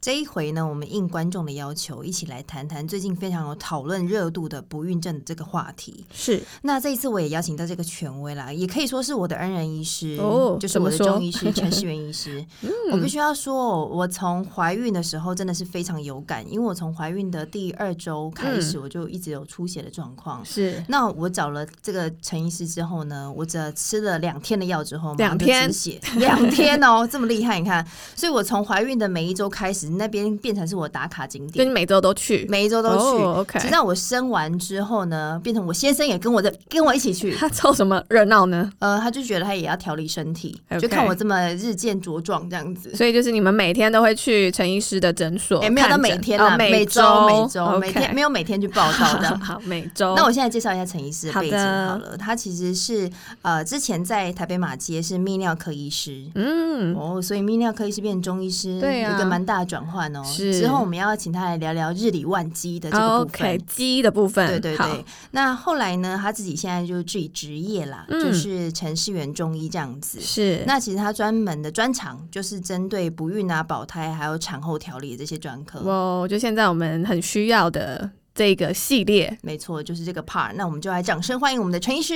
这一回呢，我们应观众的要求，一起来谈谈最近非常有讨论热度的不孕症的这个话题。是那这一次我也邀请到这个权威啦，也可以说是我的恩人医师，哦就是怎我么的说中医师陈世元医 师。我嗯必须要说，我从怀孕的时候真的是非常有感，因为我从怀孕的第二周开嗯始，我就一直有出血的状况。是，那我找了这个陈医师之后呢，我只吃了两天的药之后，马上两就天止血，两天哦，这么厉害，你看，所以我从怀孕的每一周开始，那边变成是我打卡景就点你，每周都去，每一周都去。哦，OK 直到我生完之后呢，变成我先生也跟我的跟我一起 去，他凑什么热闹呢？呃，他就觉得他也要调理身体 OK 就看我这么日渐茁壮这样子。所以就是你们每天都会去陈医师的诊所也、看哎诊，没有到每天啦，哦每周每周每天没有，有每天去报道的 好，每 周。那我现在介绍一下陈医师的背景好的好了，他其实是呃之前在台北马街是泌尿科医师。嗯，哦，所以泌尿科医师变中医师，对啊有一个蛮大的转换哦。是之后我们要请他来聊聊日理万机的这个部分。哦 OK，鸡的部分，对对好对，，那后来呢？他自己现在就是自己职业啦，嗯就是陈世元中医这样子。是那其实他专门的专长就是针对不孕啊、保胎还有产后调理这些专科。哇，就现在我们很需要的这个系列，没错，就是这个 part。那我们就来掌声欢迎我们的陈医师。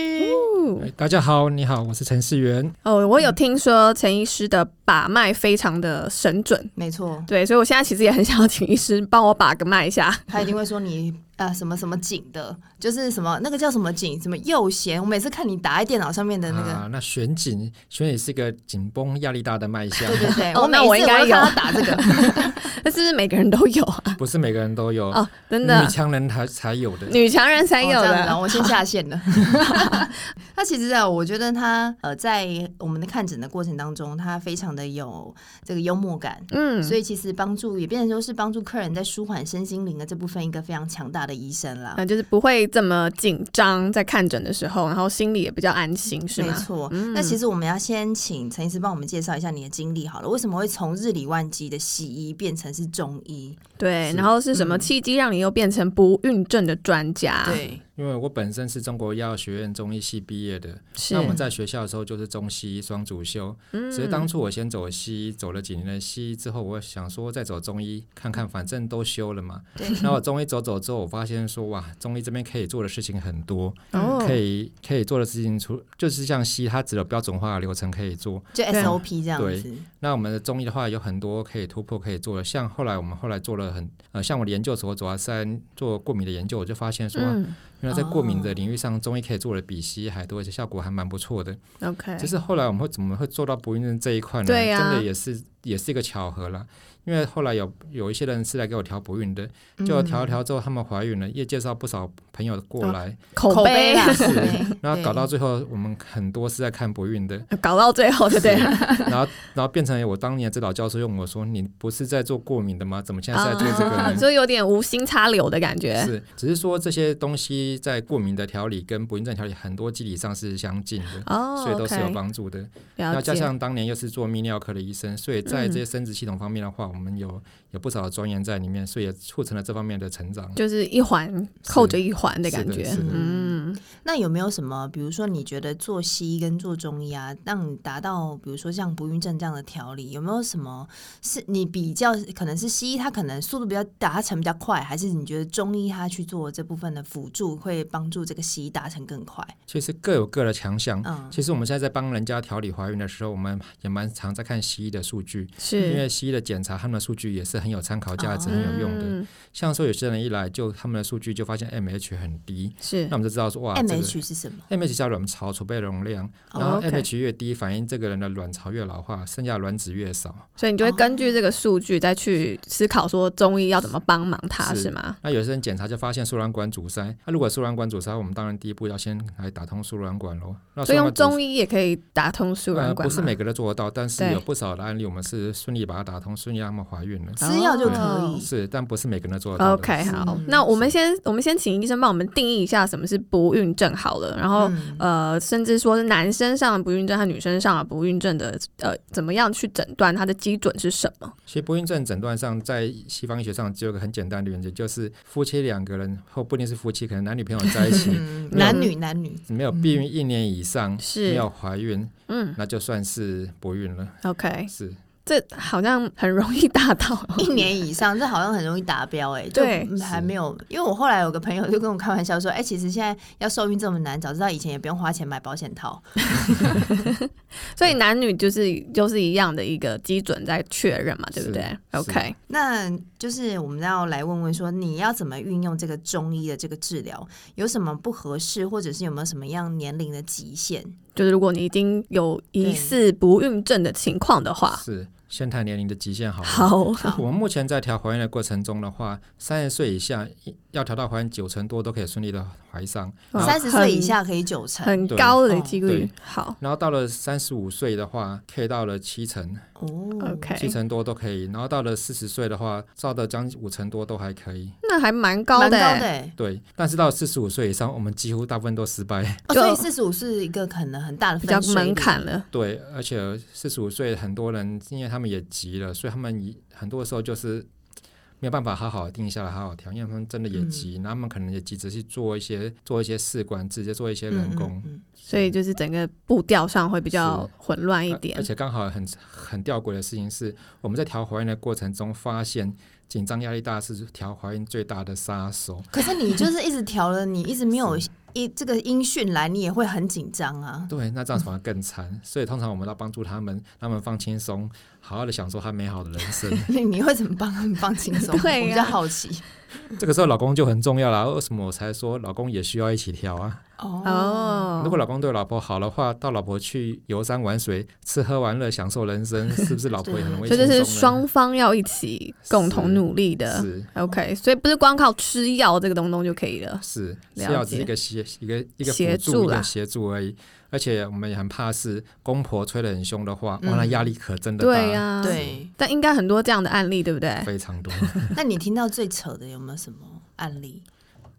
嗯哎大家好，你好，我是陈世元。哦，我有嗯听说陈医师的把脉非常的神准。没错，对，所以我现在其实也很想要请医师帮我把个脉一下。他一定会说你 呃什么什么景的，就是什么那个叫什么景，什么右弦。我每次看你打在电脑上面的那个，啊，那旋紧，旋紧是个紧绷、压力大的脉象对，对对，哦每那次我我应该都有看他打 这个，哦但是不是每个人都有啊？ 不是每个人都有，哦，真的女，强人才才有的。女强人才有哦这的。样子哦我先下 线了。他其实啊，我觉得他呃在我们的看诊的过程当中，他非常的有这个幽默感。嗯，所以以其实帮助也变成说是帮助客人在舒缓身心灵的这部分一个非常强大的医生啦。嗯、就是不会这么紧张，在看诊的时候，然后心里也比较安心，是没吗？嗯错，那其实我们要先请陈医师帮我们介绍一下你的经历好了。为什么会从日理万机的西医变成是中医？对，是然后是嗯什么契机让你又变成不孕症的专家？，对，因为我本身是中国医药学院中医系毕业的，是嗯那我们在学校的时候就是中西医双主修。所以当初我先走西医，走了几年的西医之后，我想说再走中医看看，反正都修了嘛。嗯 对那我中医走走之后，我发现说哇，中医这边可以做的事情很多，哦，嗯可以可以做的事情除就是像西医，它只有标准化的流程可以做，就 SOP 这样对子。那我们的中医的话，有很多可以突破可以做的，像后来我们后来做了很呃，像我的研究所主要是在做过敏的研究，我就发现说，嗯原来在过敏的领域上，中医可以做的比西医还多，而且效果还蛮不错的。 ，OK，只是后来我们会怎么会做到不孕症这一块呢？哦对呀真的也是也是一个巧合啦，因为后来有有一些人是来给我调不孕的，嗯就调一调之后他们怀孕了，也介绍不少朋友过来，口碑啦，是 对然啊后搞到对最后我们很多是在看不孕的，啊搞到最后，对 不对？啊然后，然后变成我当年指导教授用我说：“你不是在做过敏的吗？怎么现在在做这个啊呢？”就有点无心插柳的感觉。是，只是说这些东西在过敏的调理跟不孕症调理很多机理上是相近的，哦，所以都是有 OK，帮助的。了那解。嗯加上当年又是做泌尿科的医生，所以在这些生殖系统方面的话，我们有有不少的钻研在里面，所以也促成了这方面的成长。就是一环扣着一环的感觉，是的是的嗯，那有没有什么，比如说你觉得做西医跟做中医啊，让你达到比如说像不孕症这样的调理，有没有什么是你比较可能是西医它可能速度比较达成比较快，还是你觉得中医它去做这部分的辅助会帮助这个西医达成更快？其实各有各的强哦项。嗯，其实我们现在在帮人家调理怀孕的时候，我们也蛮常在看西医的数据，因是为西医的检查他们的数据也是很有参考价值、哦很有用的。嗯像说有些人一来就他们的数据就发现 M H 很低，是那我们就知道说哇，这 M 个 H 是什么？ M H 叫卵巢储备容量，哦然后 OK M H 越低，反映这个人的卵巢越老化，剩下的卵子越少。所以你就会根据这个数据再去思考说中医要怎么帮忙他，是是吗？那有些人检查就发现输卵管阻塞，那如果输卵管阻塞，我们当然第一步要先来打通输卵管喽。那所以用中医。医也可以打通输卵呃，管不吗、是每个都做得到，但是对有不少的案例，我们是顺利把它打通，顺利让们怀孕了。吃药就可哦以。是，但不是每个人都做得到的。 OK，好嗯，那我们先我们先请医生帮我们定义一下什么是不孕症好了，然后、嗯呃，甚至说是男生上的不孕症和女生上的不孕症的呃，怎么样去诊断它的基准是什么？其实不孕症诊断上，在西方医学上只有一个很简单的原则，就是夫妻两个人，或不一定是夫妻，可能男女朋友在一 起嗯，男女男女，没有避孕一年以上，嗯是没有怀孕，嗯那就算是不孕了。 ，OK，是，这好像很容易达到。 一年以上，这好像很容易达标哎、就对嗯还没有。因为我后来有个朋友就跟我开玩笑说，哎、其实现在要受孕这么难，早知道以前也不用花钱买保险套。所以男女就是就是一样的一个基准在确认嘛，对不对是？OK，那就是我们要来问问说，你要怎么运用这个中医的这个治疗，有什么不合适，或者是有没有什么样年龄的极限？就是如果你已经有疑似不孕症的情况的话，是，先谈年龄的极限好了。啊好，我们目前在调怀孕的过程中的话，三十岁以下一要调到怀孕九成多都可以顺利的怀上，嗯三十岁以下可以九成很高的对几对率。好然后到了三十五岁的话，可以到了七成，哦。七，OK，成多都可以。然后到了四十岁的话，照到将近五成多都还可以。那还蛮高蛮高的的、欸、欸对，但是到四十五岁以上，我们几乎大部分都失败。 哦，就所以四十五是一个可能很大的比较分水岭门槛了。对，而且四十五岁很多人，因为他们也急了，所以他们也很多时候就是没有办法好好定下来，好好调，因为他们真的嗯也急，那、他们可能也急着去做一些做一些试管，直接做一些嗯人工。嗯嗯所以就是整个步调上会比较混乱一而点啊而。且刚好很很吊诡的事情是，我们在调怀孕的过程中发现，紧张压力大是调怀孕最大的杀手。可是你就是一直调了，你一直没 有是一这个音讯来，你也会很紧张啊。 对，那这样反而更惨。所以通常我们要帮助他们，让他们放轻松，好好的享受他美好的人生。 你你会怎么帮他们放轻松？ 对啊我比较好奇。这个时候老公就很重要啦。为什么我才说老公也需要一起调啊？如哦，果老公对老婆好的话，到老婆去游山玩水、吃喝玩乐、享受人生，是不是老婆也很容易所轻以这松 呢？是双方要一起共同努力的。是 OK，所以不是光靠吃药这个东东就可以了。是了是要只是解一个协一个一个协辅助助一啦个协助而已。而且我们也很怕是公婆催得很凶的话，嗯哇，那压力可真的大，对呀、对，但应该很多这样的案例，对不对？非常多。 那你听到最扯的有没有什么案例？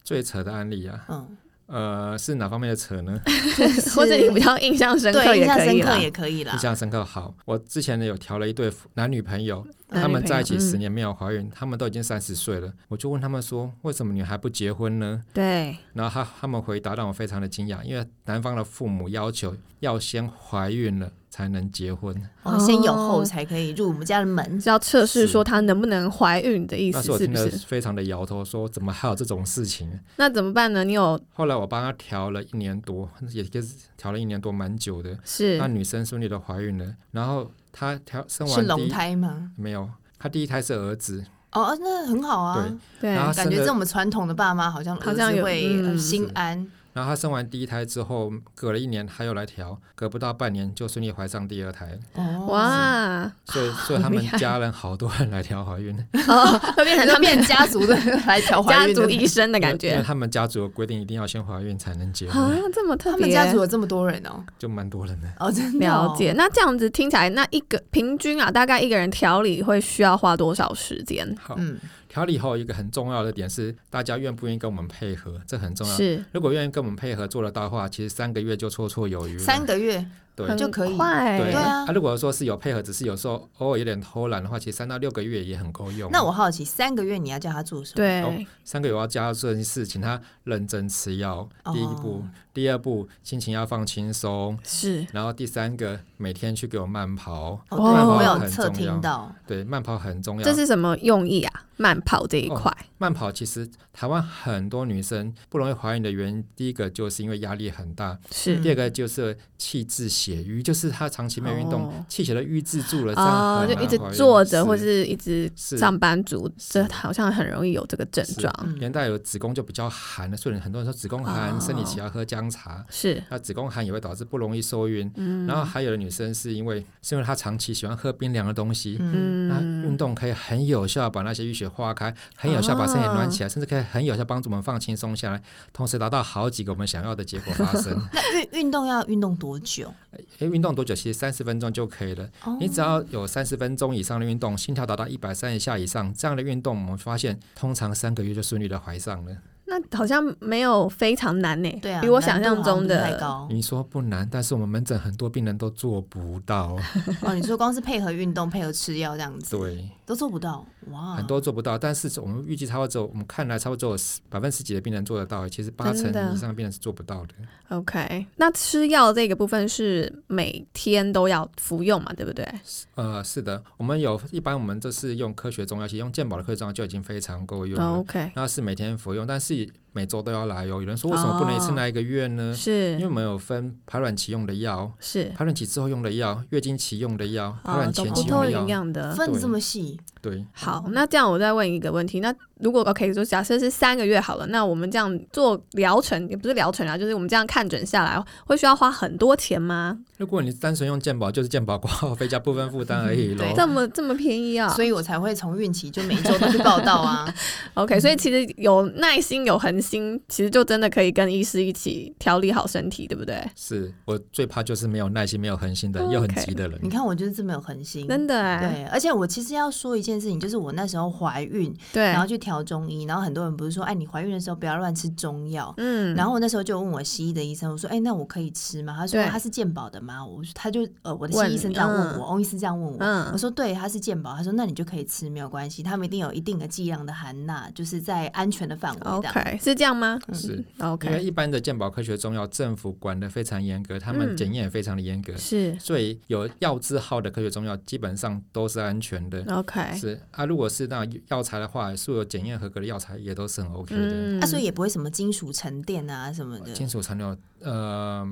最扯的案例啊，嗯，呃，是哪方面的扯呢？ 或者你比较印象深刻对，也印象可深以刻啦。也可以啦印。象深刻。好，我之前呢有调了一对夫男女朋友，男女他们朋在一友起嗯十年没有怀孕，他们都已经三十岁了。我就问他们说，为什么你还不结婚呢？对，然后他他们回答让我非常的惊讶，因为男方的父母要求要先怀孕了才能结婚。哦，先有后才可以入我们家的门。是要测试说她能不能怀孕的意那思时候我是听不得是？非常的摇头，说怎么还有这种事情？那怎么办呢？你有后来我帮他调了一年多，也就是调了一年多，蛮久的。是那女生顺利的怀孕了，然后她调生是完第龙一胎吗？没有，她第一胎是儿子，哦，那很好啊。对对然后感生觉了这我们传统的爸妈好像好像儿子有会嗯呃心安，然后她生完第一胎之后，隔了一年她又来调，隔不到半年就顺利怀上第二胎，哦， 哇所以所以他们厉害家人好多人来调怀孕， 哦，会变 成就他变们家族的来调怀家孕的 族医生的感因为觉他们家族有规定一定要先怀孕才能结啊婚，，这么特他别。们家族有这么多人哦，就蛮多人的。哦，真的哦了解，那这样子听起来，那一个平均啊，大概一个人调理会需要花多少时间？好，嗯，调理后一个很重要的点是，大家愿不愿意跟我们配合，这很重要。是如果愿意跟我们配合做得到的话，其实三个月就绰绰有余了。三个月对很就可以快对对啊如果说是有配合，只是有时候偶尔有点偷懒的话，其实三到六个月也很够用。那我好奇，三个月你要叫他做什么？对哦三个月我要加这件事，请他认真吃药，哦第一步；第二步，心情要放轻松；是然后第三个，每天去给我慢跑。哦，哇对，我有很侧重要听到，对，慢跑很重要。哦这是什么用意啊？慢跑这一块、慢跑，其实台湾很多女生不容易怀孕的原因，第一个就是因为压力很大，是第二个就是气滞血瘀，就是她长期没有运动，哦气血都瘀滞住嗯了，这样哦，很就难一直怀孕坐着或是是一直是上班族，是这好像很容易有这个症是嗯状。年代有子宫就比较寒了，所以很多人说子宫寒，哦生理期要喝姜茶。是，那子宫寒也会导致不容易受孕，然后还有的女生是因为是因为她长期喜欢喝冰凉的东西，嗯，那嗯，运动可以很有效地把那些淤血雪花开，很有效把身体暖起来，甚至可以很有效帮助我们放轻松下来，同时达到好几个我们想要的结果发 生。那运运动要运动多久？诶，运动多久？其实三十分钟就可以了。哦你只要有三十分钟以上的运动，心跳达到一百三十下以上，这样的运动，我们发现通常三个月就顺利的怀上了。那好像没有非常难呢、对啊，比我难想度象好像中不太的。高你说不难，但是我们门诊很多病人都做不到。哦。你说光是配合运动、配合吃药这样子，对，都做不到啊哇，很多做不到，但是我们预计差不多只有，我们看来差不多有十百分之十几的病人做得到，其实八成真的以上的病人是做不到的。 OK，那吃药这个部分是每天都要服用嘛，对不对？呃，是的，我们有一般我们这是用科学中药，其实用健保的科学中药就已经非常够用了。 OK，那是每天服用，但是每周都要来哦。有人说为什么不能一次哦来一个月呢？嗯因为是我们有分排卵期用的药、是，排卵期之后用的药、月经期用的药、排啊，卵都前不期用都的一药。样的。分对这么细，对，好，那这样我再问一个问题，那如果 OK，就假设是三个月好了，那我们这样做疗程也不是疗程啊，就是我们这样看诊下来，会需要花很多钱吗？如果你单纯用健保，就是健保挂号 费加部分负担而已喽。对这么这么便宜啊所以我才会从孕期就每一周都去报道 嗯啊。 ？OK，所以其实有耐心、有恒心，其实就真的可以跟医师一起调理好身体，对不对？是我最怕就是没有耐心、没有恒心的，哦 OK 又很急的人。你看我就是这么有恒心，真的哎，对。而且我其实要说一件事情，就是我那时候怀孕，对然，后去调中医，然后很多人不是说，哎，你怀孕的时候不要乱吃中药。嗯，然后我那时候就问我西医的医生，我说：“哎、那我可以吃吗？”他说：“对他是健保的吗？”我说：“他就呃，我的问西医生这样问我，嗯翁医师这样问我。嗯我说：“对，他是健保。”他说：“那你就可以吃，没有关系，他们一定有一定的剂量的含钠，就是在安全的嗯范围的。 OK 是这样吗是因为嗯？OK 一般的健保科学中药，政府管得非常严格，他们嗯检验也非常的严格，是所以有药字号的科学中药基本上都是安全的。 OK，是啊，如果是那药材的话，素有检验合格的药材也都是很 OK 的。嗯啊，所以也不会什么金属沉淀啊什么的。金属残留，呃，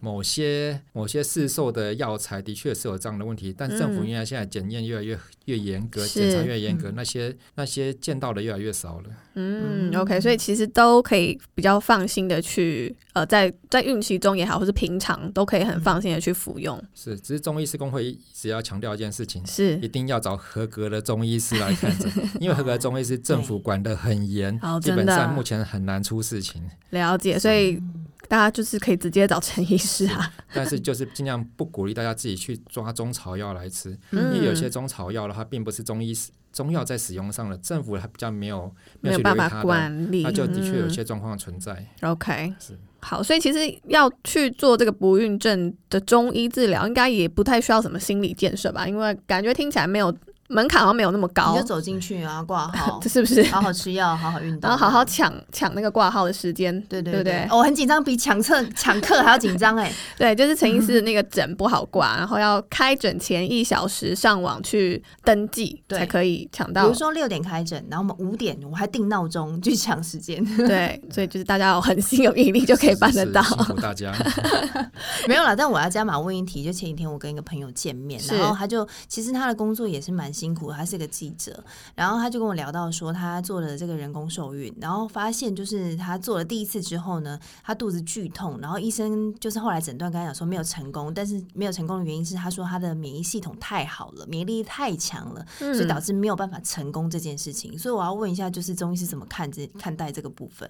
某些某些市售的药材的确是有这样的问题，但是政府嗯因为现在检验越来越越严格，是检查越严格，那些那些见到的越来越少了。嗯，OK，所以其实都可以比较放心的去，呃，在在孕期中也好，或是平常都可以很放心的去服用。是，只是中医师工会一直要强调一件事情，一嗯是，定要找合格的中医师来看诊，因为合格的中医师政府管得很严哦，基真本的上目前很难出事情。了解，所以大家就是可以直接找陈医师啊。但是就是尽量不鼓励大家自己去抓中草药来吃，嗯因为有些中草药的话，并不是中医师中药在使用上的，政府还比较没有没有去留办意法它的，管理，那就的确有嗯些状况存在。 OK 是。好，所以其实要去做这个不孕症的中医治疗，应该也不太需要什么心理建设吧？因为感觉听起来没有门槛，好像没有那么你高就，走进去啊，挂 号这，是不是？好好吃药，好好运动，然后好好抢抢那个挂号的时间，对对对不对对，我、很紧张，比抢课抢课还要紧 张哎。对，就是陈医师 的那个诊不好挂，然后要开诊前一小时上网去登记，对才可以抢比到如。说六点开诊，然后我们五点我还定闹钟去抢时间， 对，所以就是大家有恒心有毅力就可以办得到是。辛苦大家。 没有啦。但我要加码问一题，就前几天我跟一个朋友见面，是然后他就其实他的工作也是蛮辛苦的，他是个记者，然后他就跟我聊到说他做了这个人工受孕，然后发现就是他做了第一次之后呢，他肚子剧痛，然后医生就是后来诊断跟他讲说没有成功，但是没有成功的原因是他说他的免疫系统太好了，免疫力太强了，嗯所以导致没有办法成功这件事情。所以我要问一下，就是中医是怎么看这看待这个部分？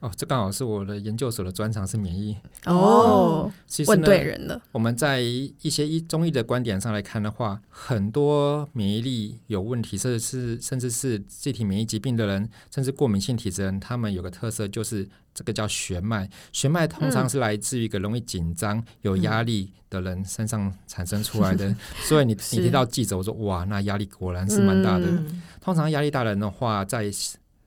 哦，这刚好是我的研究所的专长是免疫。哦，其实问呢，对人了。我们在一些医中医的观点上来看的话，很多免疫力有问题，甚至是甚至是自体免疫疾病的人，甚至过敏性体质的人，他们有个特色就是这个叫血脉。血脉通常是来自于一个容易紧张、有压力的人身上产生出来的。所以你你是听到记者我说哇，那压力果然是蛮大的。嗯嗯，通常压力大的人的话，在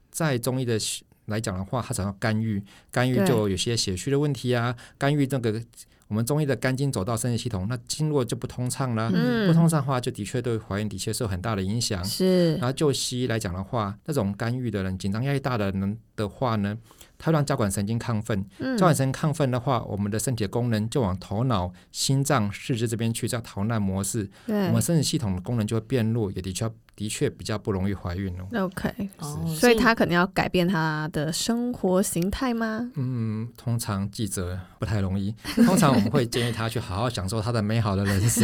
在中医的学来讲的话，他常常干预，干预对就有些血虚的问题啊，干预那个我们中医的肝经走到身体系统，那经络就不通畅啦。嗯不通畅的话，就的确对怀孕的确受很大的影响。是然后就西医来讲的话，那种干预的人、紧张压力大的人的话呢，它会让交感神经亢奋。嗯交感神经亢奋的话，我们的身体的功能就往头脑、心脏、四肢这边去，叫逃难模式。我对们生殖系统的功能就会变弱，也的确的确比较不容易怀孕哦。 ，OK，哦，所以他可能要改变他的生活形态吗？嗯，通常记者不太容易。 通常我们会建议他去好好享受他的美好的人 生。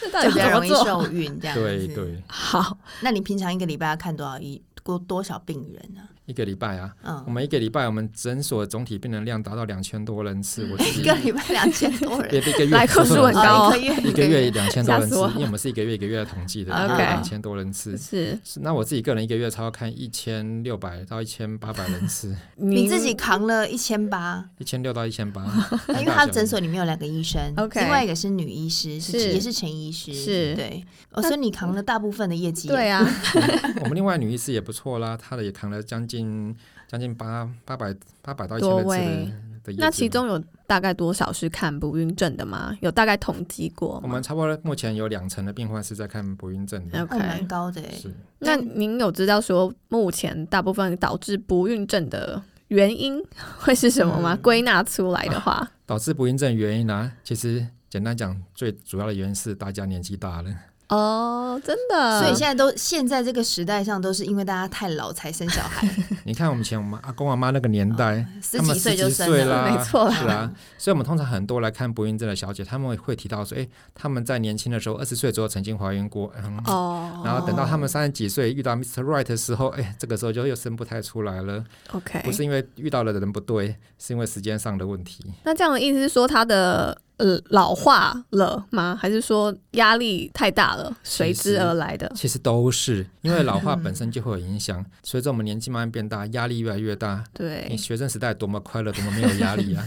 这到就底比怎较容么易做？受孕这样子。对对，好，那你平常一个礼拜要看多少医多多少病人呢、一个礼拜啊，我嗯，们一个礼拜我们诊所总体病人量达到两千多 人次，我自己一个礼拜两千多人，一个月来客数很 高哦哦一个月 一个 月两千多人吓次死我，因为我们是一个月一个月统计的， OK 一个月两千多人次。是是那我自己个人一个月超要看一千六百到一千八百 人次，你你自己扛了一千八，一千六到一千 八。因为他的诊所里面有两个医生 OK 另外一个是女医师，是是也是陈医师，是对，哦，所以你扛了大部分的业绩，对，啊， 我们另外女医师也不错啦，她的也扛了将近将近八八百八百到一千多人次位的的业绩那其中有大概多少是看不孕症的吗？有大概统计过我吗们差不多目前有两成的病患是在看不孕症的，哦，蛮？OK，高的耶，是那您有知道说目前大部分导致不孕症的原因 会是什么嗯吗？归纳出来的话，导致不孕症的原因呢、啊其实简单讲，最主要的原因是大家年纪大 了。 哦，真的，所以现在都现在这个时代上都是因为大家太老才生小 孩，你看我们以前我们阿公阿妈那个年代，十他们几岁十就几生岁了，啦，没错啦是啊。所以，我们通常很多来看不孕症的小姐，她们会提到说，哎，她们在年轻的时候，二十岁左右曾经怀孕过，嗯，哦然后等到她们三十几岁遇到 Mr. Right 的时候，哎，这个时候就又生不太出来了。 ，OK，不是因为遇到了的人不对，是因为时间上的问题。那这样的意思是说他的呃老化了吗？还是说压力太大了，随之而来的？其实都是因为老化本身就会有影响，随着我们年纪慢慢变大，压力越来越大。你对，学生时代多么快乐，多么没有压力啊！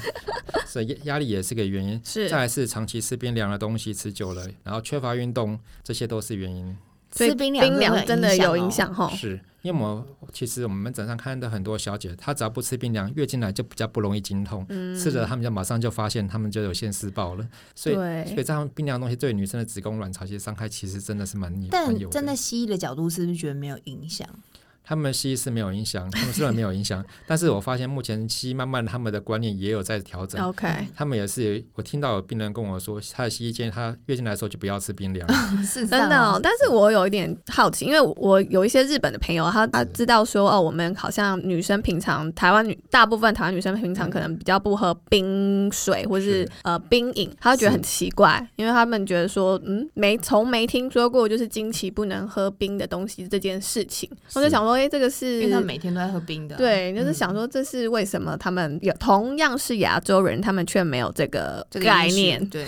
所以压压力也是个原因。是再来是长期吃冰凉的东西吃久了，然后缺乏运动，这些都是原因。所以吃冰凉冰凉真的有影影响响哦哈。是因为我们其实我们门诊上看到很多小姐，她只要不吃冰凉，月经来就比较不容易经痛。吃了她们就马上就发现她们就有现世报了，所以所对，以这样冰凉的东西对女生的子宫、卵巢其实伤害其实真的是蛮严蛮有但站的。在西医的角度，是不是觉得没有影响？他们西医是没有影响，他们虽然没有影响，但是我发现目前西医慢慢他们的观念也有在调整。 OK，他们也是有，我听到有病人跟我说，他的西医建议他月经来的时候就不要吃冰凉。是这真样的、吗哦， 但是我有一点好奇，因为我有一些日本的朋友，他他嗯知道说哦，我们好像女生平常台湾女大部分台湾女生平常可嗯能比较不喝冰水或是是呃冰饮，他觉得很奇怪，因为他们觉得说嗯没从没听说过就是经期不能喝冰的东西这件事情，我就是想说哎、这个是因为他们嗯每天都在喝冰的，，对，就是想说这是为什么他们有同样是亚洲人，他们却没有这个这个概意识念，对，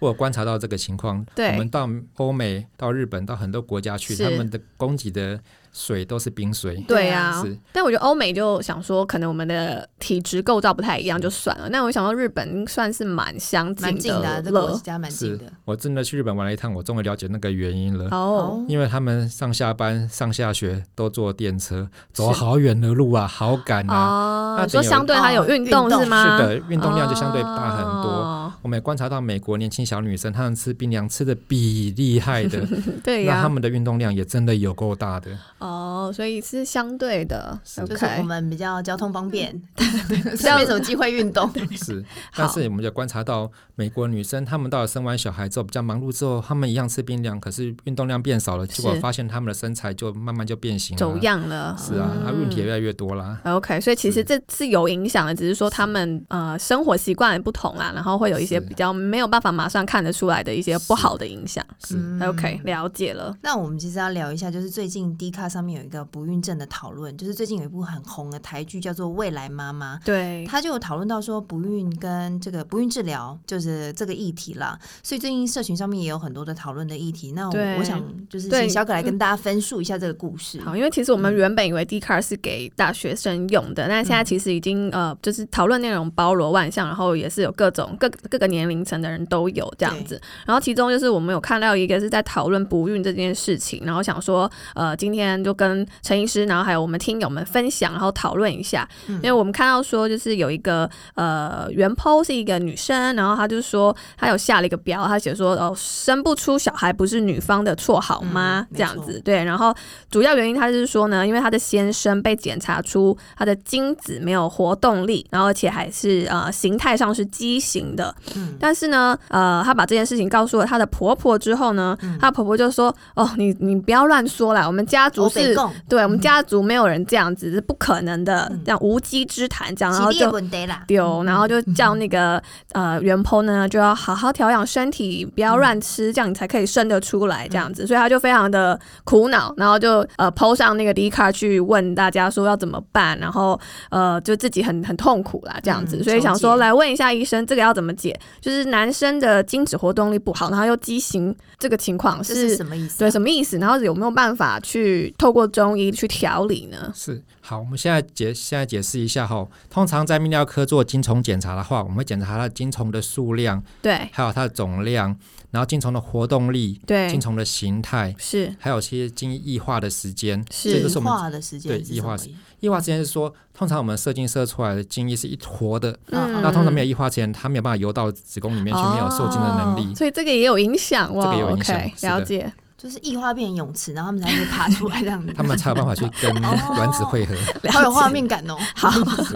我有观察到这个情况，对我们到欧美、到日本、到很多国家去，是他们的供给的水都是冰水。对啊是，但我觉得欧美就想说，可能我们的体质构造不太一样，就算了。那我想到日本算是蛮相蛮近的的啊，这个国了。家蛮近是的。我真的去日本玩了一趟，我终于了解那个原因了。哦，因为他们上下班、上下学都坐电车，走好远的路啊，好赶啊。哦，那你说等于相对它有运哦动运动是吗？是的，运动量就相对大很多。哦我们也观察到美国年轻小女生，她们吃冰凉吃的比厉害的， 对那她呀。们的运动量也真的有够大的。哦，所以是相对的。就是我 OK，嗯们比较交通方 便，比较较没什么机会运 动。是，但是我们就观察到，美国女生她们到了生完小孩之后比较忙碌之后，她们一样吃冰凉，可是运动量变少了，结果是发现她们的身材就慢慢就变形了。走样了。是啊，她问题也嗯越来越多啦。 OK，所以其实是这是有影响的，只是说他们呃生活习惯不同啊啦，然后会有一些是比较没有办法马上看得出来的一些不好的影响。是。嗯 OK，了解了。嗯那我们其实要聊一下，就是最近 D 卡上面有一个不孕症的讨论，就是最近有一部很红的台剧叫做《未来妈妈》，对，他就有讨论到说不孕跟这个不孕治疗就是这个议题啦，所以最近社群上面也有很多的讨论的议题。那对我我想就是对请小可来跟大家分述一下这个故事。好，因为其实我嗯们原本以为 d c a r 是给大学生用的，那现在其实已经呃，就是讨论内容包罗万象，然后也是有各种各各个个年龄层的人都有这样对子。然后其中就是我们有看到一个是在讨论不孕这件事情，然后想说，呃，今天就跟陈医师，然后还有我们听友们分享，然后讨论一下，因嗯为我们看到说就是有一个呃原 PO 是一个女生，然后她就说她有下了一个标，她写说哦生不出小孩不是女方的错好吗？嗯没这样错子对，然后主要原因她是说呢，因为她的先生被检查出他的精子没有活动力，然后而且还是呃形态上是畸形的，嗯，但是呢，呃，她把这件事情告诉了她的婆婆之后呢，嗯她婆婆就说：“哦，你你不要乱说啦，我们家族我北是，贡对我们家族没有人这样子，是不可能的，嗯这样无稽之谈，这样然后系列就问题啦，丢，然后就叫嗯那个呃袁鹏呢，就要好好调养身体，不嗯要乱吃，这样你才可以生得出来这样子。所以他就非常的苦恼，然后就呃 PO 上那个 d 卡去问大家说要怎么办，然后呃就自己很很痛苦啦这样子，嗯所以想纠说结来问一下医生，这个要怎么解？就是男生的精子活动力不好，然后又畸形这个情况这是是什么意思啊？对什么意思？然后有没有办法去透过中医去调理呢？是好，我们现在解现在解释一下哈。通常在泌尿科做精虫检查的话，我们会检查它的精虫的数量，对还有它的总量，然后精虫的活动力、对精，虫的形态，是还有其实精液异化的时间。是这个是异我们化的时间对是异化什么意思异化时间是说，通常我们射精射出来的精液是一坨的，嗯那通常没有异化之前，它没有办法游到子宫里面去，没有受精的能哦力。哦所以这个也有影响哇。这个有影响 OK，是的了 解。就是异化变泳池，然后他们才会爬出来这样子。 他们才有办法去跟哦卵 子汇合，好有画面感哦。好，是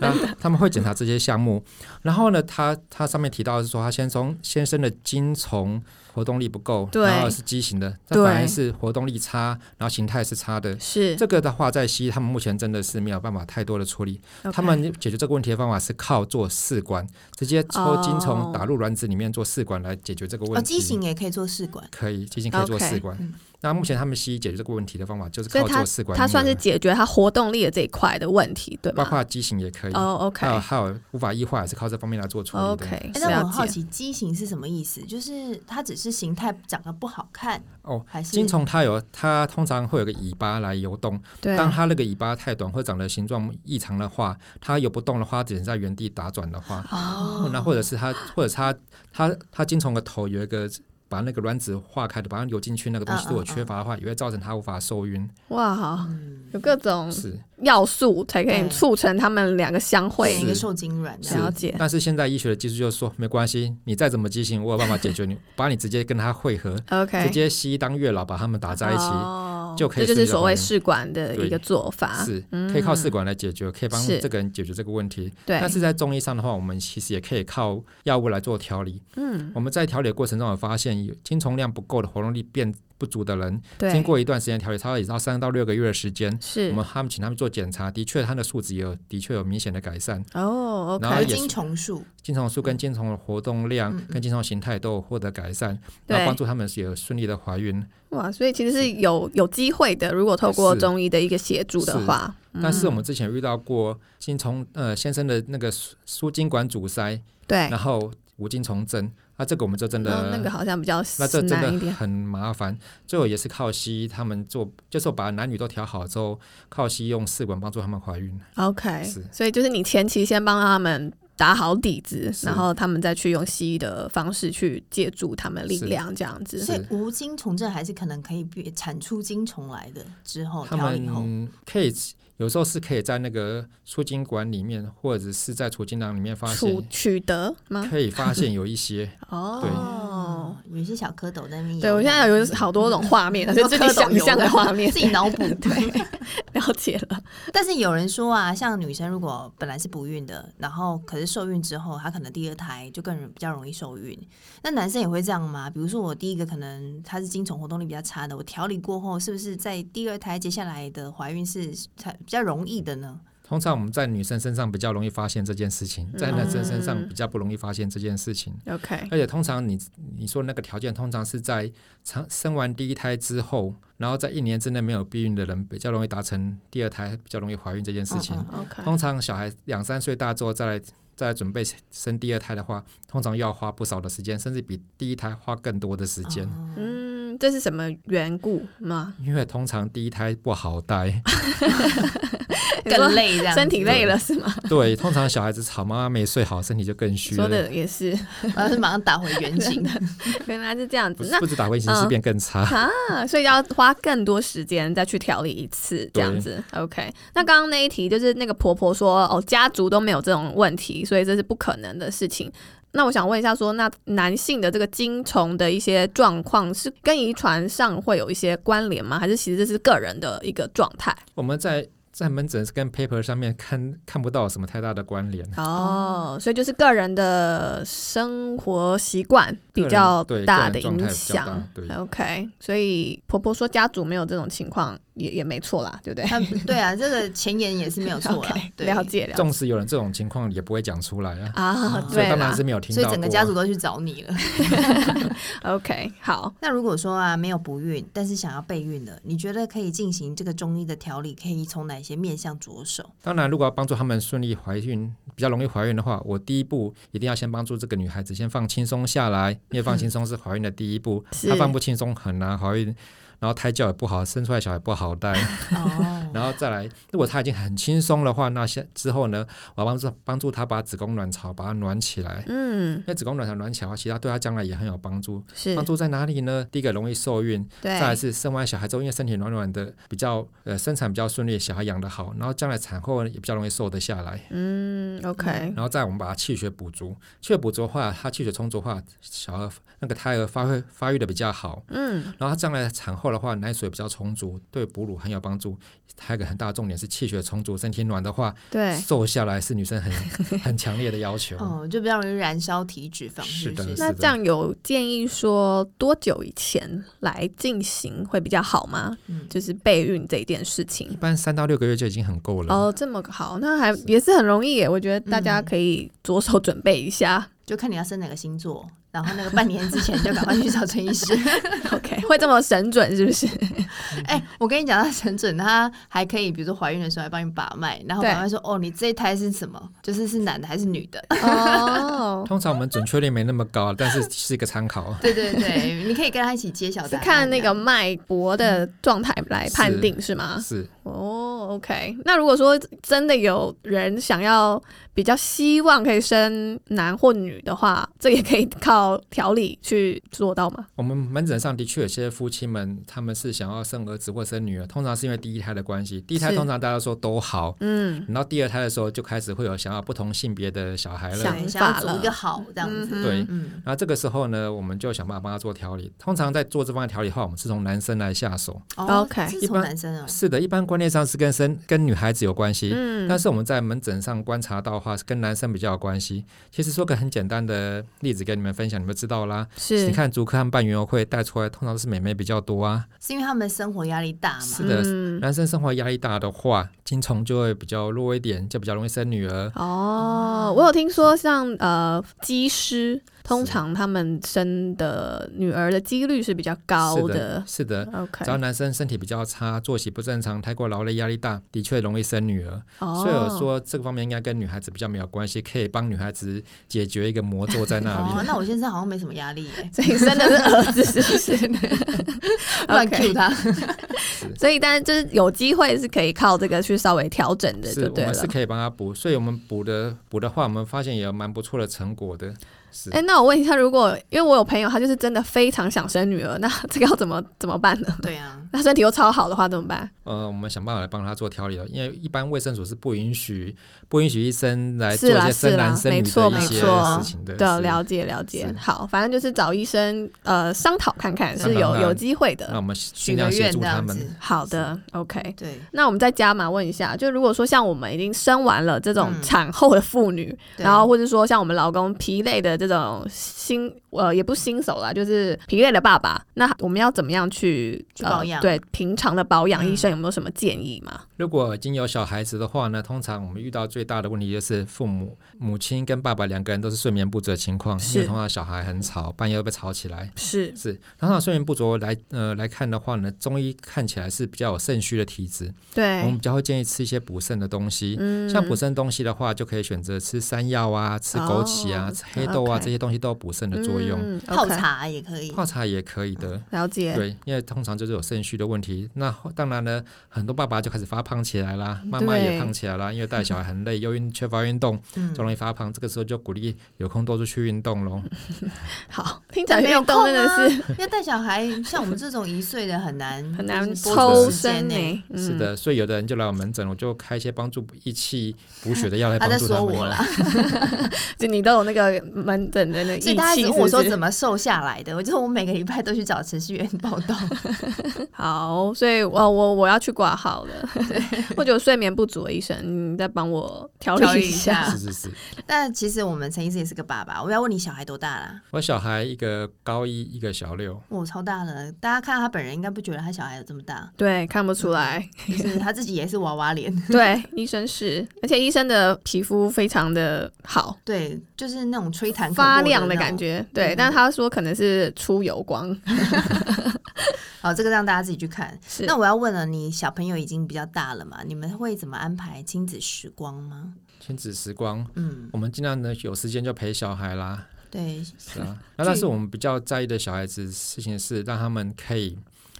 那他们会检查这些项目。然后呢，他他上面提到的是说，他先从先生的精虫活动力不够，对然后是畸形的，对那反而是活动力差，然后形态是差的。是这个的话，在西医他们目前真的是没有办法太多的处理， OK 他们解决这个问题的方法是靠做试管，直接抽精哦虫打入卵子里面做试管来解决这个哦，问题。畸形也可以做试管，可以，基金可以做 OK 嗯试管。那目前他们西医解决这个问题的方法就是所以靠做试管婴它儿，算是解决它活动力的这一块的问题，对包吗？括畸形也可以。哦，OK、还有还有无法异化也是靠这方面来做处理的。 o k 哎，那我了很好解。奇畸形是什么意思？就是它只是形态长得不好看，哦，还是金虫它有它通常会有个尾巴来游动，对，当它那个尾巴太短或长得形状异常的话，它游不动的话，只能在原地打转的话，哦那或者是它或者是它它它金虫的头有一个。把那个卵子化开的，把它游进去那个东西，嗯如嗯果缺乏的话，也会造成它无法受孕。哇，好，有嗯各种是，要素才可以对促成他们两个相会变。一个受精卵这样了解，但是现在医学的技术就是说，没关系，你再怎么畸形，我有办法 解决你，把你直接跟它汇合， ，OK，直接西医当月老把他们打在一起，哦就可以这就是顺着所谓怀孕试啊管的一个对做法。是可以靠试管来解决，可以帮是这个人解决这个问题。对，但是在中医上的话，我们其实也可以靠药物来做调理。嗯，我们在调理的过程中，有发现有精虫量不够的、活动力变不足的人，对，经过一段时间调理，差不多也到三到六个月的时间，我是们他们请他们做检查，的确他的数值也有的确有明显的改善，哦然后，OK，也精虫数，精虫数嗯跟精虫的活动量嗯嗯跟精虫形态都有获得改善，然后对帮，助他们也有顺利的怀孕。哇，所以其实是有有机会的，如果透过是中医的一个协助的是话，但是我们之前遇到过精虫呃先生的那个输输精管阻塞，对，然后无精虫症，那这个我们就真然后的那个好像比较那这真难一的 点。很麻烦，最后也是靠西医他们做，就是把男女都调好之后，靠西医用试管帮助他们怀孕。 OK，是所以就是你前期先帮他们打好底子，是然后他们再去用西医的方式去借助他们力量，这样所子。以无精虫症还是可能可以变产出精虫来的，之哦后他调理后，们可以有时候是可以在那个输精管里面，或者是在储精囊里面发取现，取得吗？可以发现有一些哦，有一些小蝌蚪在那边游。对我现在有好 多种画嗯面， 就自己想象的画面自，己脑补。对， 了解了。但是有人说啊，像女生如果本来是不孕的，然后可是受孕之后，她可能第二胎就更比较容易受孕。那男生也会这样吗？比如说我第一个可能他是精虫活动力比较差的，我调理过后，是不是在第二胎接下来的怀孕是才比较容易的呢？通常我们在女生身上比较容易发现这件事情，在男生身上嗯比较不容易发现这件事情。 OK，而且通常你你说那个条件，通常是在产生完第一胎之后，然后在一年之内没有避孕的人，比较容易达成第二胎，比较容易怀孕这件事情。嗯 OK，通常小孩两三岁大之后再来再来准备生第二胎的话，通常要花不少的时间，甚至比第一胎花更多的时间。嗯嗯，嗯，这是什么缘故吗？因为通常第一胎不好带，更累这你样说子，身体累了是吗？对，通常小孩子吵，妈妈没睡好，身体就更虚说了，的也是， 然后就马上打回原形。原来是这样不子。是那不止打回形势嗯变更 差。啊，所以要花更多时间再去调理一次，这样子。OK，那刚刚那一题就是那个婆婆说，哦，家族都没有这种问题，所以这是不可能的事情。那我想问一下说那男性的这个精虫的一些状况是跟遗传上会有一些关联吗？还是其实这是个人的一个状态？我们在在门诊跟 paper 上面看看不到有什么太大的关联，哦，所以就是个人的生活习惯比较个人对大的个人状态影比较大响。对 OK，所以婆婆说家族没有这种情况也也没错啦，对不对？他对啊，这个前言也是没有错 OK，啦。对，了解了解纵使有人这种情况也不会讲出来啊。啊，所以对当然啦是没有听所以到过啊。整个家族都去找你了。 ，OK，好，那如果说啊没有不孕，但是想要备孕的，你觉得可以进行这个中医的调理，可以从哪些面向着手？当然，如果要帮助他们顺利怀孕，比较容易怀孕的话，我第一步一定要先帮助这个女孩子先放轻松下来，因为放轻松是怀孕的第一步，嗯是她放不轻松很难怀孕。然后胎教也不好，生出来小孩不好带，哦，然后再来，如果她已经很轻松的话，那先之后呢，我要帮助帮助她把子宫卵巢把它暖起来，嗯因，为子宫卵巢暖起来的话，其实她对她将来也很有帮助。是帮助在哪里呢？第一个容易受孕，对再来是生完小孩之后，因为身体暖暖的，比较呃生产比较顺利，小孩养得好，然后将来产后也比较容易瘦得下来。嗯，OK，然后再我们把它气血补足，气血补足的话，它气血充足的话，小孩那个胎儿发挥发育的比较好。嗯，然后它将来产后的话，奶水比较充足，对哺乳很有帮助。还有一个很大的重点是气血充足，身体暖的话，对。瘦下来是女生很很强烈的要 求。 哦，就比较容易燃烧体脂肪，是不的是？是那这样有建议说多久以前来进行会比较好吗？嗯就是备孕这件事情一。般三到六个月就已经很够了。哦，这么好，那还也是很容易耶。我觉得大家嗯可以着手准备一下。 就看你要生哪个星座，然后那个半年之前就赶快去找陈医师。 OK，会这么神准是不是？哎、我跟你讲，他陈准他还可以，比如说怀孕的时候还帮你把脉，然后对把脉说哦，你这一胎是什么？就是是男的还是女的？哦，通常我们准确率没那么高，但是是一个参考。对对对， 你可以跟他一起揭晓 是答案。看那个脉搏的状态来判是定是吗？是，哦，OK，那如果说真的有人想要比较希望可以生男或女的话，这也可以靠调理去做到吗？我们门诊上的确有些夫妻们，他们是想要生儿子或生女儿，通常是因为第一胎的关系。第一胎是通常大家说都好，嗯，然后第二胎的时候就开始会有想要不同性别的小孩了想。对，想要法了组一个好这样子。嗯对，嗯，然后这个时候呢，我们就想办法帮他做调理。通常在做这方面调理的话，我们是从男生来下手。哦 OK，是一从般男生哦，是的，一般观念上是跟生跟女孩子有关系，嗯但是我们在门诊上观察到的话，是跟男生比较有关系。其实说个很简单的例子跟你们分享，你们知道啦。是你看足科和办园游会带出来，通常都是美眉比较多啊。是因为他们生活压力大嘛？是的嗯，男生生活压力大的话，精虫就会比较弱一点，就比较容易生女儿。哦，我有听说像呃机师，通常他们生的女儿的几率是比较高是的，是的。 OK，只要男生身体比较差，作息不正常，太过劳累、压力大，的确容易生女儿。哦，所以我说这个方面应该跟女孩子比较没有关系，可以帮女孩子解决一个魔咒在那哦，里。那我先生好像没什么压力 耶，所以生的是儿子是不是？ 乱 OK Q 他。 所以，但是就是有机会是可以靠这个去稍微调整的，就是，我对们了是。可以帮他补，所以我们补的补的话，我们发现也有蛮不错的成果的。是，哎、那我问一下，如果因为我有朋友，他就是真的非常想生女儿，那这个要怎么怎么办呢？对啊，他身体又超好的话怎么办？呃，我们想办法来帮他做调理的，因为一般卫生署是不允许不允许医生来是做一啦些是生啦男生没女错的一没些错事情的。对，啊是了解了解是。好，反正就是找医生呃商讨看看商是讨有看有看机会那我的。们许尽个量协愿助这他样们。子。好的，OK。对那我们在家嘛，问一下，就如果说像我们已经生完了这种嗯产后的妇女，对啊然后或者说像我们老公疲累的这种新呃也不新手啦，就是疲累的爸爸，那我们要怎么样去去保养呃？对，平常的保养，嗯医生有没有什么建议吗？如果已经有小孩子的话呢，通常我们遇到最大的问题就是父母母亲跟爸爸两个人都是睡眠不足的情况，因是为通常小孩很吵，半夜会被吵起来。是是，通常睡眠不足来呃来看的话呢，中医看起来是比较有肾虚的体质，我们对比，较会建议吃一些补肾的东西。嗯像补肾东西的话，就可以选择吃山药啊、吃枸杞啊、哦吃黑豆啊 OK 这些东西都有补肾的作用。嗯泡 OK，茶也可以。泡茶也可以的，了解。对，因为通常就是有肾虚的问题。那后当然呢，很多爸爸就开始发胖起来啦，妈妈也对胖起来啦，因为带小孩很累， 又因缺乏运动，嗯就容易发胖。这个时候就鼓励有空多出去运动喽。好，听起来运空动真的啊是 因为带小孩，像我们这种一岁的很难很难就是拨出抽时间身呢、内。嗯是，的，所以有的人就来我门诊，我就开一些帮助益气补血的药 来他在帮助他说们。我啦，就你都有那个门诊的那个所以义大家气一是直不问是，我说怎么瘦下来的，我就是我每个礼拜都去找程序员报 道。好，所以我我我要去挂号 了，或者有睡眠不足的医生，你再帮我调调理一一下。下 是是是，但其实我们陈医师也是个爸爸，我要问你小孩多大啦？我小孩一个高一，一个小六。我、超大了，大家看他本人应该不觉得他小孩有这么大，对，看不出来。就是他自己也是娃娃脸。 对，医生是，而且医生的皮肤非常的好，对，就是那种吹弹可破发亮的的那感种。嗯觉。对对，对但他说可能是出油光，好，这个让大家自己去看。是那我哦要问了，你小朋友已经比较大了嘛？你们会怎么安排亲子时光吗？亲子时光，嗯，我们尽量呢有时间就陪小孩啦，对，是 啊。那但是我们比较在意的小孩子事情是让他们可以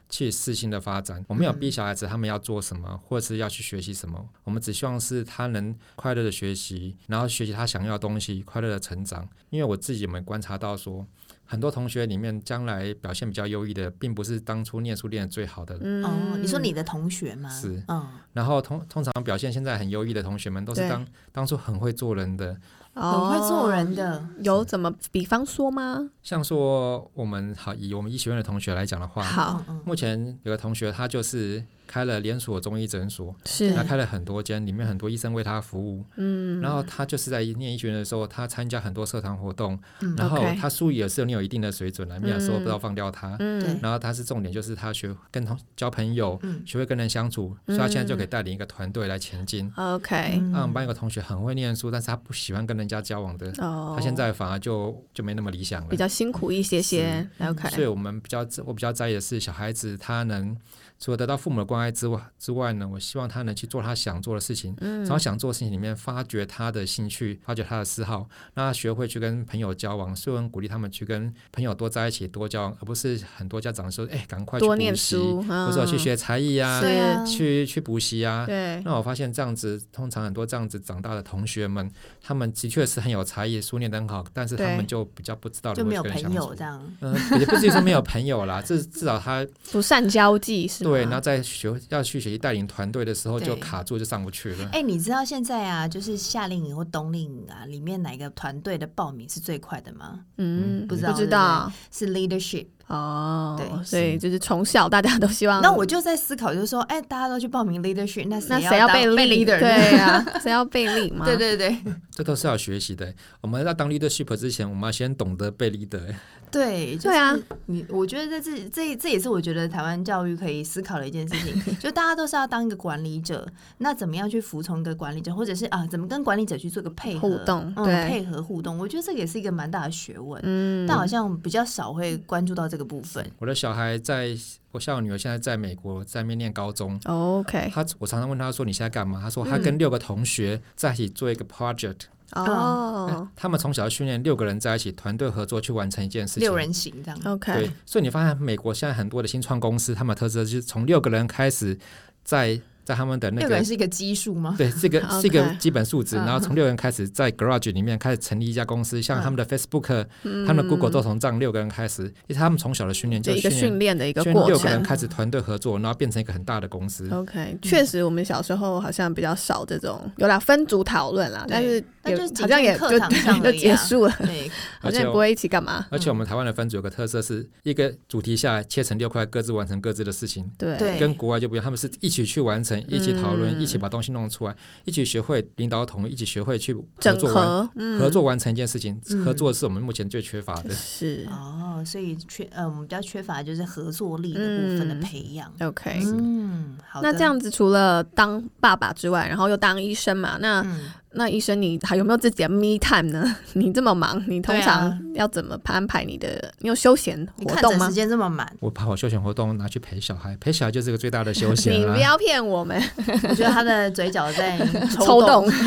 去适性的发展，我们没有逼嗯小孩子他们要做什么，或者是要去学习什么，我们只希望是他能快乐的学习，然后学习他想要的东西，快乐的成长。因为我自己有没有观察到说。很多同学里面，将来表现比较优异的，并不是当初念书念的最好的，嗯，哦，你说你的同学吗？是嗯，然后通通常表现现在很优异的同学们，都是对当当初很会做人的，很会做哦人的，嗯有怎么比方说吗？像说我们好以我们医学院的同学来讲的话，好，嗯目前有个同学他就是开了连锁中医诊所，是他开了很多间，里面很多医生为他服务。嗯，然后他就是在念医学院的时候，他参加很多社团活动，嗯然后 OK 他术语也是有你有一定的水准了，啊没有说不要放掉他。对嗯，然后他是重点，就是他学跟同交朋友，嗯学会跟人相处，嗯所以他现在就可以带领一个团队来前进。嗯 OK，啊那我们班有个同学很会念书，但是他不喜欢跟人家交往的，哦，他现在反而就就没那么理想了，比较辛苦一些些，OK，所以我们比较我比较在意的是小孩子他能除了得到父母的关爱之外之外呢，我希望他能去做他想做的事情，嗯从他想做的事情里面发掘他的兴趣，发掘他的嗜好，让他学会去跟朋友交往，所以我很鼓励他们去跟朋友多在一起多交往，而不是很多家长说哎赶快去多补念习，书，或者说去嗯，学才艺啊，对啊，去去补习啊，对，那我发现这样子，通常很多这样子长大的同学们，他们的确是很有才艺，书念得很好，但是他对们就比较不知道就如何没有去跟朋人相友处这。样。嗯，也不至于说没有朋 友啦，至至少他不善交际是吗？对，然后在学要去学习带领团队的时候就啊对卡住，就上不去了。哎、你知道现在啊，就是夏令营或冬令营啊，里面哪个团队的报名是最快的吗？嗯，不知道不知道是 leadership。哦，对所以就是从小大家都希望，那我就在思考，就是说，哎、大家都去报名 leadership，那那谁谁要当被被 leader？呢 对啊，谁要被立嘛？对对对这都是要学习的。我们要当 leadership 之前，我们要先懂得被 leader。 对，就对啊是你我觉得这这这也是我觉得台湾教育可以思考的一件事 情，就大家都是要当一个管理者，那怎么样去服从一个管理者，或者是啊，怎么跟管理者去做个配合互动嗯，对配合互动，我觉得这个也是一个蛮大的学问，嗯，但好像比较少会关注到这个部分。我的小孩在，我像我女儿现在在美国，在那边念高中。 OK，她我常常问她说：“你现在干嘛？”她说：“她嗯跟六个同学在一起做一个 project。”哎哦他们从小训练六个人在一起团队合作去完成一件事情。六人行这样，对，OK，，所以你发现美国现在很多的新创公司，他们的特色就是从六个人开始在，在他们的那六个个人是一个基数吗？ 对这个 OK 是一个基本素质，嗯然后从六个人开始在 Garage 里面开始成立一家公司，像他们的 Facebook、他们啊的 Google 都从这样六个人开始，因为他们从小的训练就嗯这一个训训练的一个训练过六个人程。哦开始团队合作，然后变成一个很大的公司。嗯 OK，确实，我们小时候好像比较少这种，有啦分组讨论啦，但是但也就是好像也仅限课就堂上而已啊 就结束了，对，好而像也且不会一起干嘛。而且我们台湾的分组有个特色是，一个主题下来切成六块，各自完成各自的事情。对嗯对跟国外就不一样，他们是一起去完成，一起讨论，一起把东西弄出来，一起学会领导统一，一起学会去合整作完、合，嗯，合作完成一件事情。合作是我们目前最缺乏的。是 哦，所以缺呃，我们比较缺乏就是合作力的部嗯分的培养。 OK。哦嗯，好的。那这样子，除了当爸爸之外，然后又当医生嘛，那嗯，那医生，你还有没有自己的 me time 呢？ 你这么忙，你通对啊常要怎么安排你的？你有休闲你活看动诊时吗？间这么满，我把我休闲活动拿去陪小孩，陪小孩就是个最大的休 闲你啦不要骗我们， 我觉得他的嘴角在 抽动动。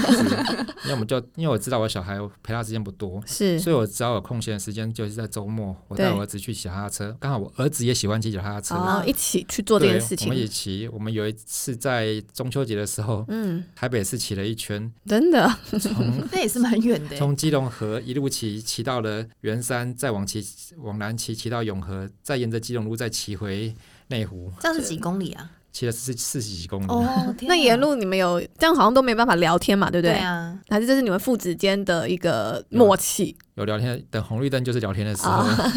因为我们就因为我知道我小孩陪他时间不多，是所以我只要有空闲的时间，就是在周末，我带对我儿子去骑脚踏车。刚好我儿子也喜欢骑脚踏车，哦，一起去做这对，件事我们也情。骑。我们有一次在中秋节的 时候，嗯，台北市骑了一圈，真的，从那也是蛮远的欸耶。从基隆河一路骑骑到了圆山，再往骑往南骑骑到永和，再沿着基隆路再骑回内湖，这样是几公里啊？骑了四四十几公里。 哦，那沿路你们有这样好像都没办法聊天嘛，对不对对？啊，还是这是你们父子间的一个默契？有聊天，等红绿灯就是聊天的时哦候，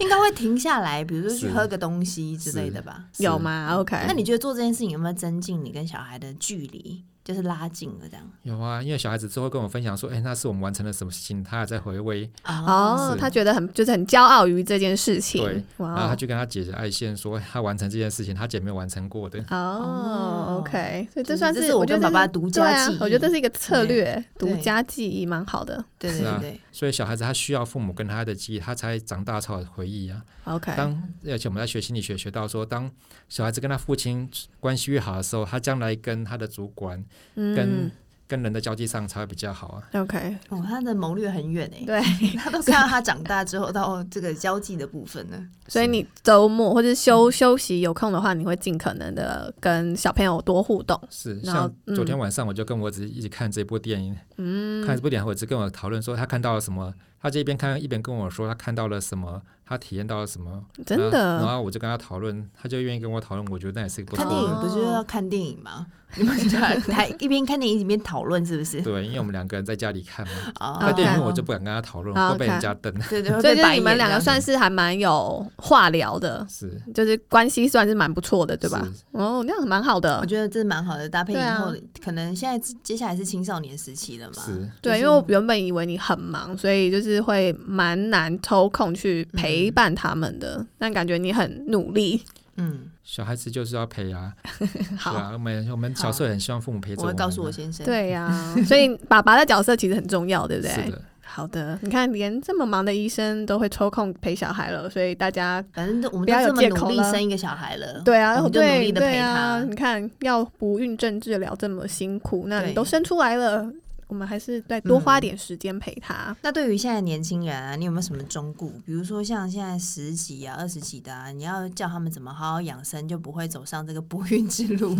应该会停下来，比如说去是喝个东西之类的吧。是有？吗？OK，那你觉得做这件事情有没有增进你跟小孩的距离，就是拉近了这样？有啊，因为小孩子之后跟我分享说，哎、那是我们完成了什么事情，他还在回味。哦，是他觉得很就是很骄傲于这件事对情。然后哇哦他去跟他姐姐爱线说，他完成这件事情，他姐没有完成过的。哦，OK，所以就这是算这是是我觉得跟爸爸这是独家对啊记忆我觉得这是一个策对略，独对家记忆蛮好的。对对是啊对对，所以小孩子他需要父母跟他的记忆，他才长大才有回忆啊。 OK，当而且我们在学心理学学到说，当小孩子跟他父亲关系越好的时候，他将来跟他的主管、跟嗯跟人的交际上才会比较好啊。 ，OK，哦，他的谋略很远诶，对，他都看到他长大之后到这个交际的部分呢。所以你周末或者休休息有空的话，你会尽可能的跟小朋友多互动。是，然后嗯像昨天晚上我就跟我儿子一起看这部电影，嗯，看这部电影，我儿子跟我讨论说他看到了什么，他就一边看一边跟我说他看到了什么，他体验到了什么，真嗯然后然的，后我就跟他讨论，他就愿意跟我讨论，我觉得那也是一个不看错电的影不就是要看电影 吗？你们就 还一边看电影一边讨论，是不是？对，因为我们两个人在家里看 嘛，哦在电影院我就不敢跟他讨论，哦会被人家 瞪。对对，会所以被就是白你们眼两这个样算是还蛮有话聊的，是，就是关系算是蛮不错的，对吧是？啊哦，那样蛮好的我。觉得这蛮好的搭配，以对啊后、可能现在接下来是青少年时期了嘛，是就对，是因为我原本以为你很忙，所以就是会蛮难抽空去嗯陪伴他们的，但感觉你很努力。嗯，小孩子就是要陪啊， 好，对啊，我们我们小时候也很希望父母陪着我会们告诉我啊先生，，对呀、 所以爸爸的角色其实很重要，对不对？是的，好的，你看，连这么忙的医生都会抽空陪小孩了，所以大家反正都我们不要有都这借么努口力了生一个小孩了，对啊，我们就努力对的陪对他啊，，你看，要不孕症治疗这么辛苦，那对你都生出来了，我们还是再多花点时间陪他。那对于现在年轻人啊，你有没有什么忠告？比如说像现在十几啊、二十几的啊，你要叫他们怎么好好养生，就不会走上这个不孕之 路。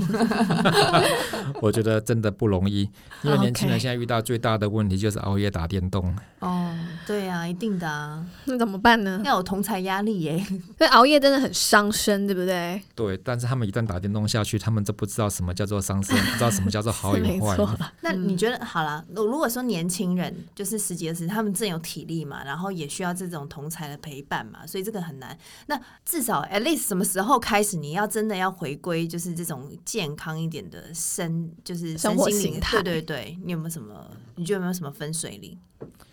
我觉得真的不容易，因为年轻人 OK 现在遇到最大的问题就是熬夜打电动。哦，对啊，一定的啊，那怎么办呢？要有同才压力耶、嗯 所以熬夜真的很伤身，对不对？对，但是他们一旦打电动下去，他们都不知道什么叫做伤身，不知道什么叫做 好是没与坏。错。啊那你觉得好啦，如如果说年轻人就是十几二十，他们正有体力嘛，然后也需要这种同才的陪伴嘛，所以这个很难。那至少 at least 什么时候开始，你要真的要回归就是这种健康一点的身，就是身生活心灵形态对对对，你有没有什么？你觉得有没有什么分水岭？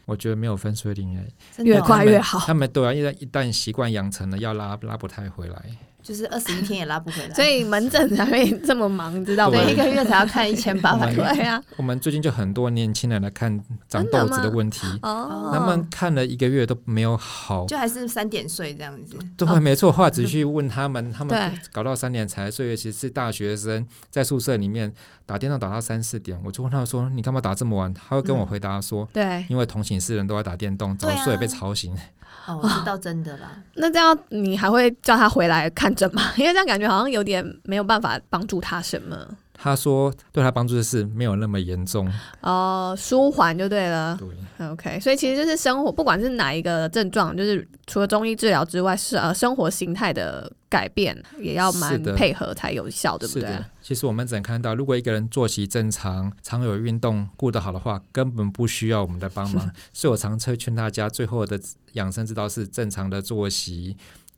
我觉得没有分水岭哎，真的越哦快越好他们对啊，一旦一旦习惯养成了，要拉拉不太回来。就是二十一天也拉不回来，所以门诊才会这么忙，你知道吗？对对一个月才要看一千八百对啊块。呀、我们最近就很多年轻人来看长真的痘子的吗问题，哦，他们看了一个月都没有好， 就还是三点睡这样子，对，没错，话只去问他们，他们哦嗯对搞到三点才睡，尤其是大学生在宿舍里面打电动打到三四点，我就问他说：“你干嘛打这么晚？”他会跟嗯我回答说。对，因为同寝室人都在打电动，早对啊睡被吵醒。哦，我知道真的啦，那这样你还会叫他回来看诊吗？ 因为这样感觉好像有点没有办法帮助他什么他说对他帮助的事没有那么严重。哦，舒缓就对了。对， OK，所以其实就是生活，不管是哪一个症状，就是除了中医治疗之外，是呃生活形态的改变也要蛮是的配合才有效，对不是对？的。其实我们只能看到，如果一个人作息正常、常有运动、顾得好的话，根本不需要我们的帮 忙。所以我常会劝大家，最后的养生之道是正常的作息，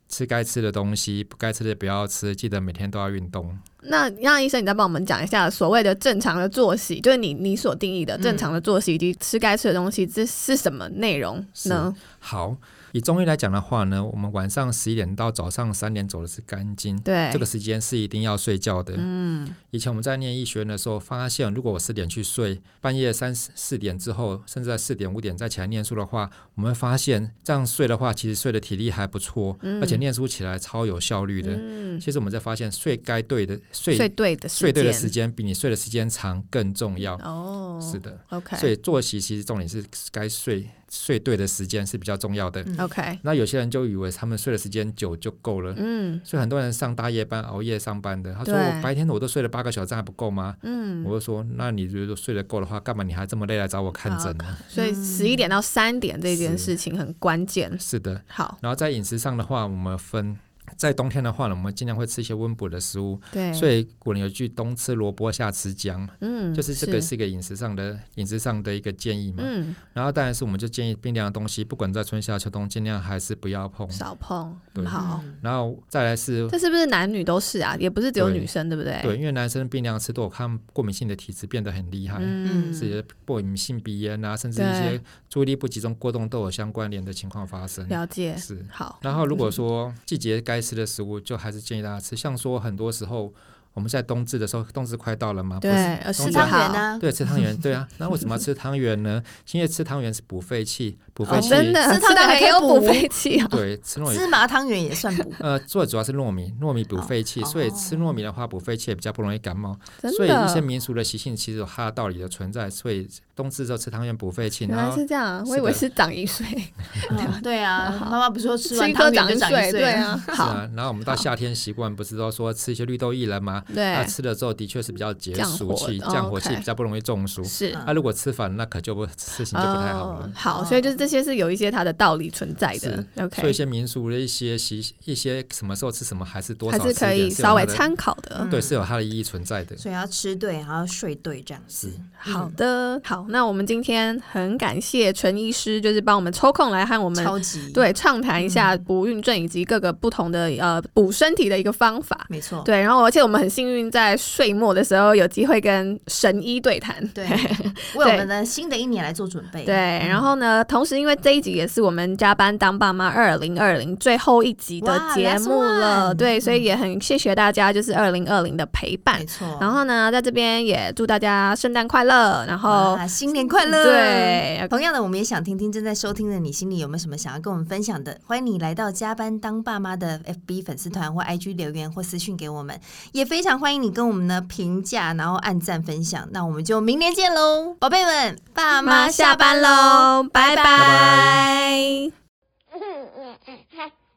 吃该吃的东西，不该吃的不要吃，记得每天都要运动。那让医生你再帮我们讲一下所谓的正常的作息，就是你你所嗯定义的正常的作息以及吃该吃的东西，这是什么内容呢？好，以中医来讲的话呢，我们晚上十一点到早上三点走的是肝经，对，这个时间是一定要睡觉的。哎嗯，以前我们在念医学院的时候，发现如果我四点去睡，半夜三四四点之后，甚至在四点五点再起来念书的话，我们会发现这样睡的话，其实睡的体力还不错，而且念书起来超有效率的。嗯，其实我们在发现睡该对的睡睡对的睡对的时时间间比你睡的时间长更重要。哦，是的， OK，所以作息其实重点是该睡睡对的时间是比较重要的。嗯 OK，那有些人就以为他们睡的时间久就够了，嗯所以很多人上大夜班、熬夜上班的，他说对我白天我都睡了八个小时还不够吗？嗯，我就说，那你如果睡得够的话，干嘛你还这么累来找我看诊呢？所嗯以十一点到三点这件事情很关键。是的，好，然后在饮食上的话，我们分在冬天的话呢，我们尽量会吃一些温补的食物。对，所以古人有句“冬吃萝卜夏吃姜”，嗯，就是这个是一个饮食上的饮食上的一个建议嘛。嗯，然后当然是我们就建议冰凉的东西，不管在春夏秋冬，尽量还是不要碰。少碰，哦对好。嗯然后再来是这是不是男女都是啊？也不是只有女生，对不对？对，因为男生冰凉吃多，我看过敏性的体质变得很厉害，嗯，是有过敏性鼻炎啊，甚至一些注意力不集中过动都有相关联的情况发嗯生。了解。嗯是。好，然后如果说季节该吃的食物，就还是建议大家吃，像说很多时候我们在冬至的时候，冬至快到了嘛，啊不是对，呃，冬是至的汤圆好，啊，对，吃汤圆，对啊，那为什么要吃汤圆呢？因为吃汤圆是补肺气，补哦肺气，真的，吃汤吃圆到还可没以有补补肺气啊。对，吃糯米。芝麻汤圆也算补呃，做的主要是糯米，糯米补肺气，哦所以吃糯米的话补肺气也比较不容易感冒。真 所以一些的，民俗的习性其实有它的道理的存在，所以冬至的时候吃汤圆补肺气，原然来后是这样，是我以为的是长一岁， 嗯对啊，好妈妈不是说吃吃完一颗汤圆长就一长一岁？对，啊，是好，啊，然后我们到夏天习惯不是都说吃一些绿豆薏仁吗？那对，吃了之后的确是比较解降暑火气，哦降火气 OK 比较不容易中暑。是嗯那如果吃反，那可就不事情就不太好哦了。好，所以就是这些是有一些它的道理存在的是。所以一 OK，些民俗的一些习，一些什么时候吃什么，还是多还少是吃可一点以是有稍微它的参考嗯的。对，是有它的意义存在的。所以要吃对，然后睡对，这样子。嗯好的，好，那我们今天很感谢陈医师，就是帮我们抽空来和我们超级，对畅谈一嗯下不孕症以及各个不同的呃补身体的一个方法。没错，对，然后而且我们很幸运，在岁末的时候有机会跟神医对谈。 对，嗯为我们的新的一年来做准备。对，然后呢，同时因为这一集也是我们加班当爸妈二零二零最后一集的哇节，last 目了， one 嗯对，所以也很谢谢大家就是二零二零的陪伴没。错。然后呢，在这边也祝大家圣诞快乐，然后哇新年快乐！对同样的，我们也想听听正在收听的你心里有没有什么想要跟我们分享的？欢迎你来到加班当爸妈的 FB 粉丝团或 IG 留言或私讯给我们，也非常欢迎你跟我们呢评价，然后按赞分享。那我们就明年见喽，宝贝们，爸妈下班喽。，拜拜拜拜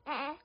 Mm-mm.